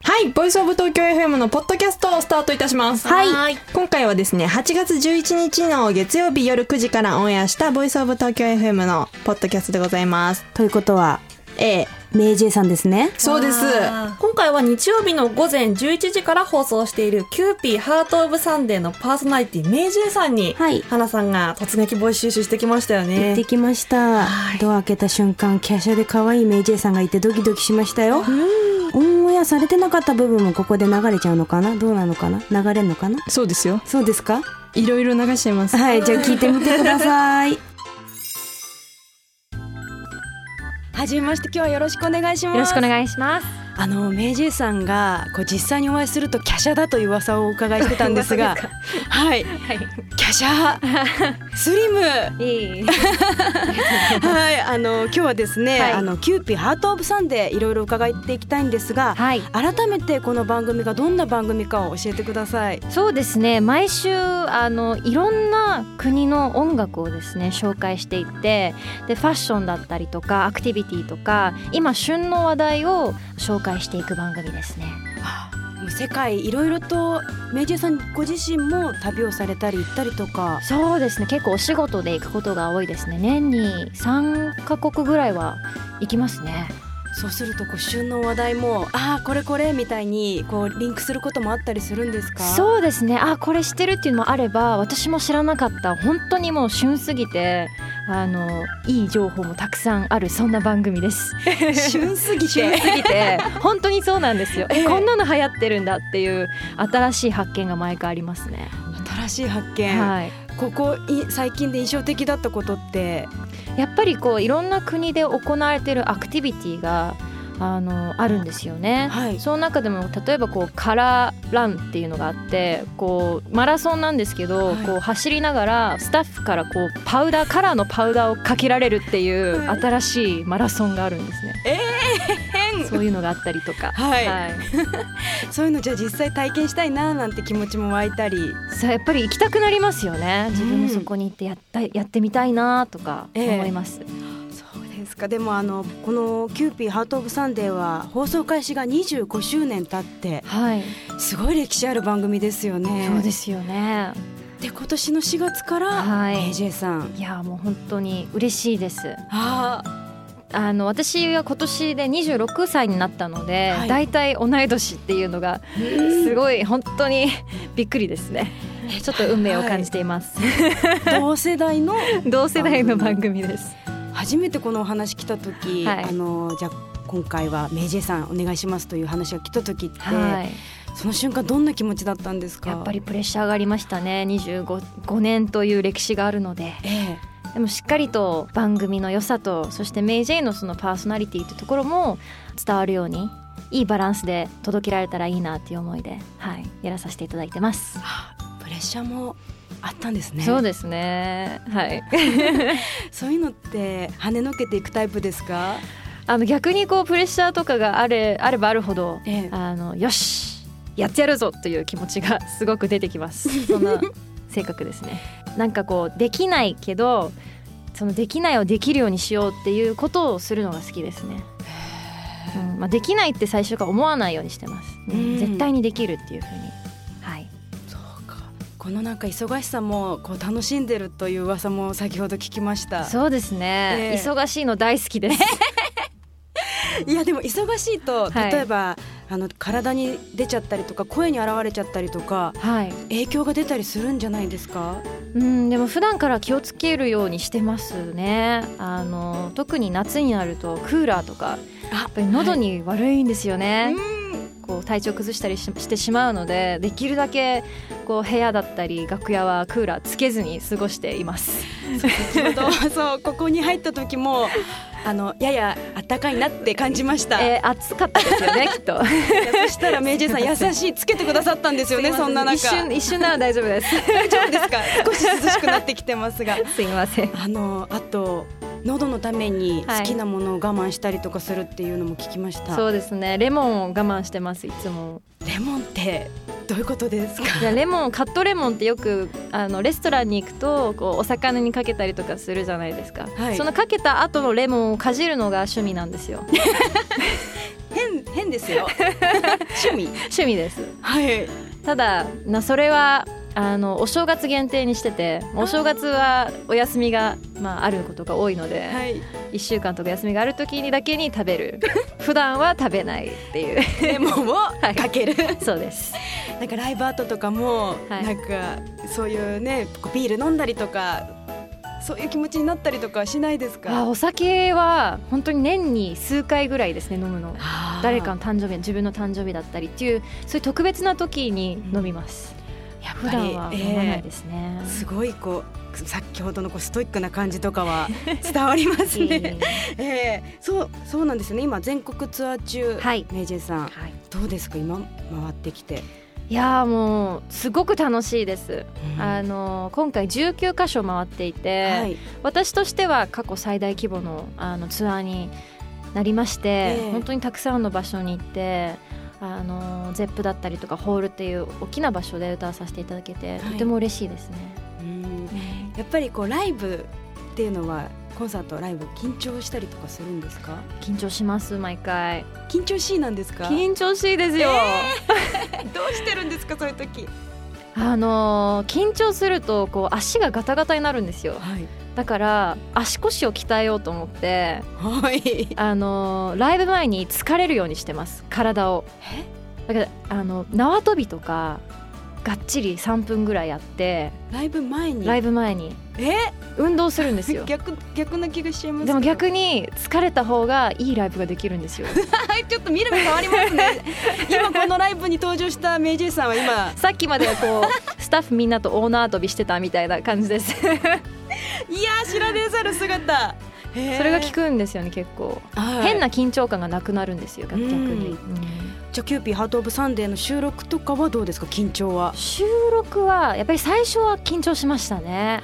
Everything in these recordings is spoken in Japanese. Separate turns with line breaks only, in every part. はい、ボイスオブ東京 FM のポッドキャストをスタートいたします。
はい
はい
今回はですね、8月11日の月曜日夜9時からオンエアしたボイスオブ東京 FM のポッドキャストでございます。
ということは、
ええ、
メイジェイさんですね。
そうです。
あー今回は日曜日の午前11時から放送しているキューピーハートオブサンデーのパーソナリティ明治さんに、
はい
花さんが突撃ボイス収集してきましたよ
行っ
ね
て。きました、
はい
ドア開けた瞬間華奢で可愛いメイジェイさんがいてドキドキしましたよオンエアされてなかった部分もここで流れちゃうのかなどうなのかな流れるのかな
そうですよ。
そうですか
いろいろ流してます。
はいじゃあ聞いてみてください はじめまして今日はよろしくお願いします
よろしくお願いします。
あのメイジェイさんがこう実際にお会いすると華奢だという噂をお伺いしてたんです がはい
はい。
華奢 スリム
いい。
はい、あの今日はですね、
はい
あのキューピーハートオブサンデーいろいろ伺っていきたいんですが、
はい。
改めてこの番組がどんな番組かを教えてください。
そうですね。毎週あのいろんな国の音楽をですね紹介していって、でファッションだったりとかアクティビティとか今旬の話題を紹介していく番組ですね。
もう世界いろいろと明治さんご自身も旅をされたり行ったりとか、
そうですね。結構お仕事で行くことが多いですね。年に三カ国ぐらいは行きますね。
そうするとこう旬の話題もああこれこれみたいにこうリンクすることもあったりするんですか。う
そうですねあこれしてるっていうのもあれば私も知らなかった本当にもう旬すぎてあのいい情報もたくさんあるそんな番組です
旬すぎ
旬
て。
すぎて 本当にそうなんですよ
ええ
えこんなの流行ってるんだっていう新しい発見が毎回ありますね、
新しい発見、
はい
ここい最近で印象的だったことって
やっぱりこういろんな国で行われてるアクティビティがあのあるんですよね、
はい
その中でも例えばこうカラーランっていうのがあってこうマラソンなんですけど、
はい
こう走りながらスタッフからこうパウダーカラーのパウダーをかけられるっていう
はい
新しいマラソンがあるんですね。
変
そういうのがあったりとか、
はい
はい、
そういうのじゃあ実際体験したいななんて気持ちも湧いたり
そうやっぱり行きたくなりますよね。自分も
うん
そこに行ってやったやってみたいなとか
ええ
思います。
そうですかでもあのこの「キューピーハート・オブ・サンデー」は放送開始が25周年経って
はい、
すごい歴史ある番組ですよね。
そうですよね。
で今年の4月から、
はい
AJ さん
いやもう本当に嬉しいです。
あー
あの私は今年で26歳になったので、
はい
大体同い年っていうのがすごい本当にびっくりですね。ちょっと運命を感じています。
同世代の
同世代の番組です。
初めてこのお話来た時、
はい
あのじゃあ今回は AJ さんお願いしますという話が来た時って、
はい。
その瞬間どんな気持ちだったんですか
やっぱりプレッシャーがありましたね。25 5年という歴史があるので、
ええ
でもしっかりと番組の良さとそしてメイジェイのそのパーソナリティというところも伝わるように。いいバランスで届けられたらいいなっていう思いで、はい、やらさせていただいてます。
プレッシャーもあったんですね
そうですね。はい。
そういうのって跳ねのけていくタイプですか？
あの逆にこうプレッシャーとかがあれあればあるほど
ええ
あのよしやってやるぞという気持ちがすごく出てき ますそんな性格ですねなんかこうできないけどそのできないをできるようにしようっていうことをするのが好きですね、うんまあ、できないって最初から思わないようにしてます、ね
うん
絶対にできるっていうふうにはい
そうか。このなんか忙しさもこう楽しんでるという噂も先ほど聞きました。
そうですね、
ええ
忙しいの大好き です
いやでも忙しいと
はい
例えば、あの体に出ちゃったりとか声に現れちゃったりとか
はい
影響が出たりするんじゃないです か？
うん、でも普段から気をつけるようにしてますねあの特に夏になるとクーラーとかやっぱり喉に悪いんですよね、こう体調崩したりししてしまうのでできるだけこう部屋だったり楽屋はクーラーつけずに過ごしています
先ほどそうここに入った時もあのやや暖かいなって感じました。
えー暑かったです よねきっと
そしたら名人さん優しいつけてくださったんです よね。そんな中
一瞬一瞬なら大丈 夫です
大丈夫ですか？少し涼しくなってきてますが。
すいません
あのあと喉のために
はい
好きなものを我慢したりとかするっていうのも聞きました、
そうですねレモンを我慢してますいつも
レモンってどういうことですか
いやレモンカットレモンってよくあのレストランに行くとこうお魚にかけたりとかするじゃないですか、
はい
そのかけた後のレモンをかじるのが趣味なんですよ
変変です よ趣味
趣味です
はい
ただなそれはあのお正月限定にしててお正月はお休みが、まあ、あることが多いので、
はい
1週間とか休みがある時にだけに食 べる普段は食べないっていう
レモンを
い
かける、
そうです
なんかライブアートとかも、
はい
なんかそういうねこうビール飲んだりとかそういう気持ちになったりとかはしないです
あ
か
お酒は本当に年に数回ぐらいですね飲むの
あー
誰かの誕生日自分の誕生日だったりっていうそういう特別な時に飲みます、
や
普
っぱ
段
り
は飲まない
え
ですね
え、すごいこう先ほどのこうストイックな感じとかは伝わりますね。ええそうそうなんですよね。今全国ツアー中、
はい
メイジェイさん
はい、
どうですか今回ってきて。
いやーもうすごく楽しいです、あ
うん
の今回19箇所回っていて、
はい、
私としては過去最大規模のあのツアーになりまして、
え
本当にたくさんの場所に行って。あのゼップだったりとかホールっていう大きな場所で歌わさせていただけて、
はい
とても嬉しいですね。
うんやっぱりこうライブっていうのはコンサートライブ緊張したりとかするんですか？
緊張します毎回。
緊張しいなんですか？
緊張しいですよ。
どうしてるんですかそういう時？
あの緊張するとこう足がガタガタになるんですよ。
はい
だから足腰を鍛えようと思って
はい。
あのライブ前に疲れるようにしてます体をだからあの縄跳びとかがっちり3分ぐらいやって
ライブ前に
ライブ前に
え
運動するんですよ
逆逆な気がしちゃいますけ
で
ど
も逆に疲れた方がいいライブができるん ですよ
はい、ちょっと見る目変わりますね。 今このライブに登場したメイジェイさんは今、
さっきまではこうスタッフみんなと大縄跳びしてたみたいな感じです
いやー知られざる姿。そ
それが効くんですよね結構、変
変
な緊張感がなくなるんですよ逆に、
うん
うん
じゃあキューピーハートオブサンデーの収録とかはどうですか緊張は。
収録はやっぱり最初は緊張しましたね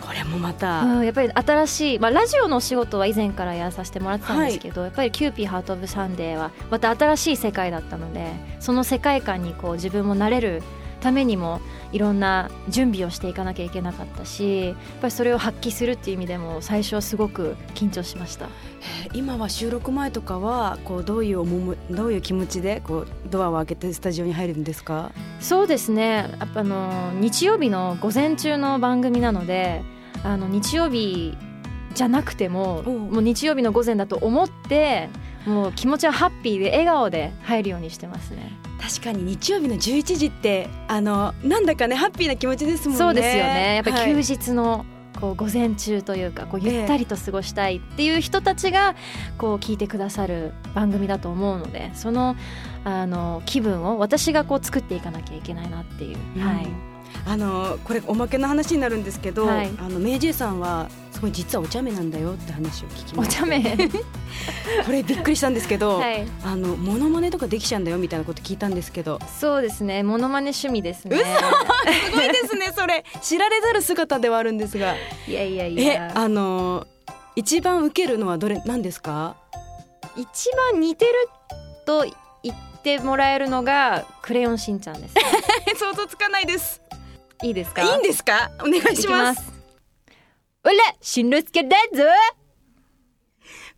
これもまた、
うん、やっぱり新しい、まあ、ラジオのお仕事は以前からやらさせてもらってたんですけど、やっぱり「キューピーハート・オブ・サンデー」はまた新しい世界だったのでその世界観にこう自分も慣れるためにもいろんな準備をしていかなきゃいけなかったしやっぱりそれを発揮するっていう意味でも最初はすごく緊張しました
今は収録前とかはこうどういう思いどういう気持ちでこうドアを開けてスタジオに入るんですか。
そうですねやっぱあの日曜日の午前中の番組なのであの日曜日じゃなくても
おう
もう日曜日の午前だと思ってもう気持ちはハッピーで笑顔で入るようにしてますね。
確かに日曜日の11時ってあのなんだかねハッピーな気持ちですもんね。
そうですよねやっぱ
はい
休日の、こう午前中というかこうゆったりと過ごしたいっていう人たちがこう聞いてくださる番組だと思うのでそのあの気分を私がこう作っていかなきゃいけないなっていう、はい、
あのこれおまけの話になるんですけど、
はい
あのメイジェイさんはすごい実はお茶目なんだよって話を聞きま
お
し
茶 目
たこれびっくりしたんですけ ど、
はい
あのモノマネとかできちゃうんだよみたいなこと聞いたんですけど
そうですね。モノマネ趣味ですね。
すごいですねそれ知られざる姿ではあるんですが
いやいやい
え
や。
あの一番受けるのはどれなんですか
一番似てると言ってもらえるのがクレヨンしんち ゃんです。
想像つかないです
いいです
い
か？
いんですかお願い
い
し
き
ま
ますす。おら、しんのすけだぞ。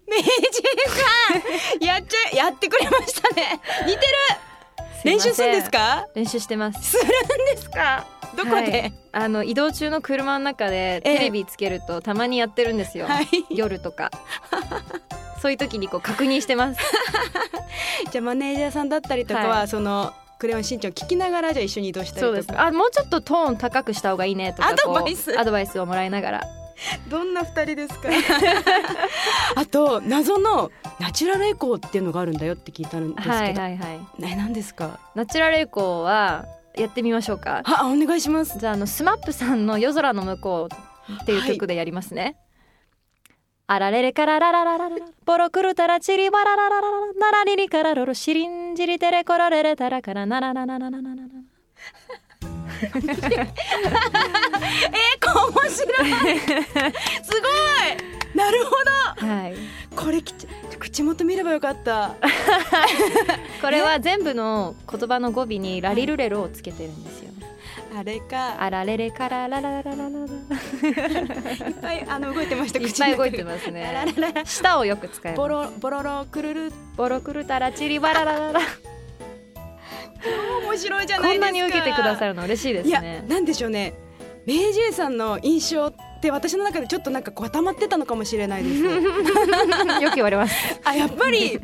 メイジェイさんやっちゃやってくれましたね似てる
い
練
ませ
習
ん
するんですか
練習してます。
するんですかどこ
は
で
い、あの移動中の車の中で
ええ
テレビつけるとたまにやってるんですよ。
はい
夜とか。 そういう時にこう確認してます。
じゃあマネージャーさんだったりとかは、
は
そのクレヨンしんちゃんを聞きながらじゃあ一緒に移動した
そう
り
で
と
す。
か、
あ、もうちょっとトーン高くした方がいいねとかこう
アドバイス
アドバイスをもらいながら。
どんな二人ですか あと謎のナチュラルエコーっていうのがあるんだよって聞いたんですけど、
はいはいはい。
ね何ですか
ナチュラルエコーはやってみましょうか。
あお願いします
じゃああのスマップさんの夜空の向こうっていう曲でやりますね。あられれからららららららボロクルタラチリバラララララナラリリカラロロシリンジリテレコロレレタラカラナラナナナナナナナ
面白いすごいなるほ
はい。
どこれきち口元見ればよかった
これは全部の言葉の語尾にラリルレロをつけてるんですよ。
あれか
あられれからららららららら
いっぱいあの動いてました
いっ
口
ぱ
の
い動
中
いてます
あら
ね
らら
舌をよく使います
ボロボロロクルル
ボロクルタラチリバララララ
面白いじゃな
こ
いですか
んなに受けてくださるの嬉しいです
いや
ね
なんでしょうね MJ さんの印象って私の中でちょっとなんか固まってたのかもしれないです
よく言われます
あやっぱり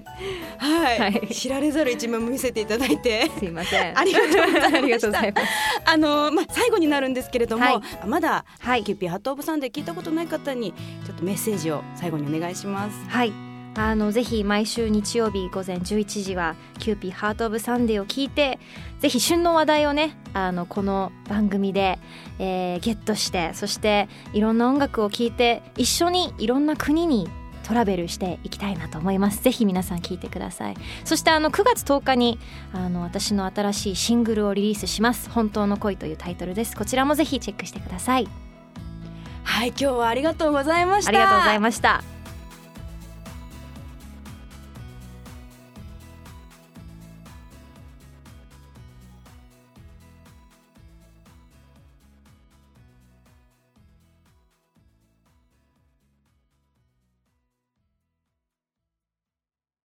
はい、
はい
知られざる一面も見せていただいて
すいません
ありがとうございました
ありがとうございます
あのまあ最後になるんですけれども、
はい
まだ
はい
キューピーハットオブサンデー聞いたことない方にちょっとメッセージを最後にお願いします
はい。あのぜひ毎週日曜日午前11時はキューピーハートオブサンデーを聞いて、ぜひ旬の話題をね、あのこの番組で、えーゲットして、そしていろんな音楽を聞いて一緒にいろんな国に。トラベルしていきたいなと思います。ぜひ皆さん聞いてください。そしてあの9月10日にあの私の新しいシングルをリリースします。本当の恋というタイトルです。こちらもぜひチェックしてください。
はい今日はありがとうございまし
あ
た
りがとうございました。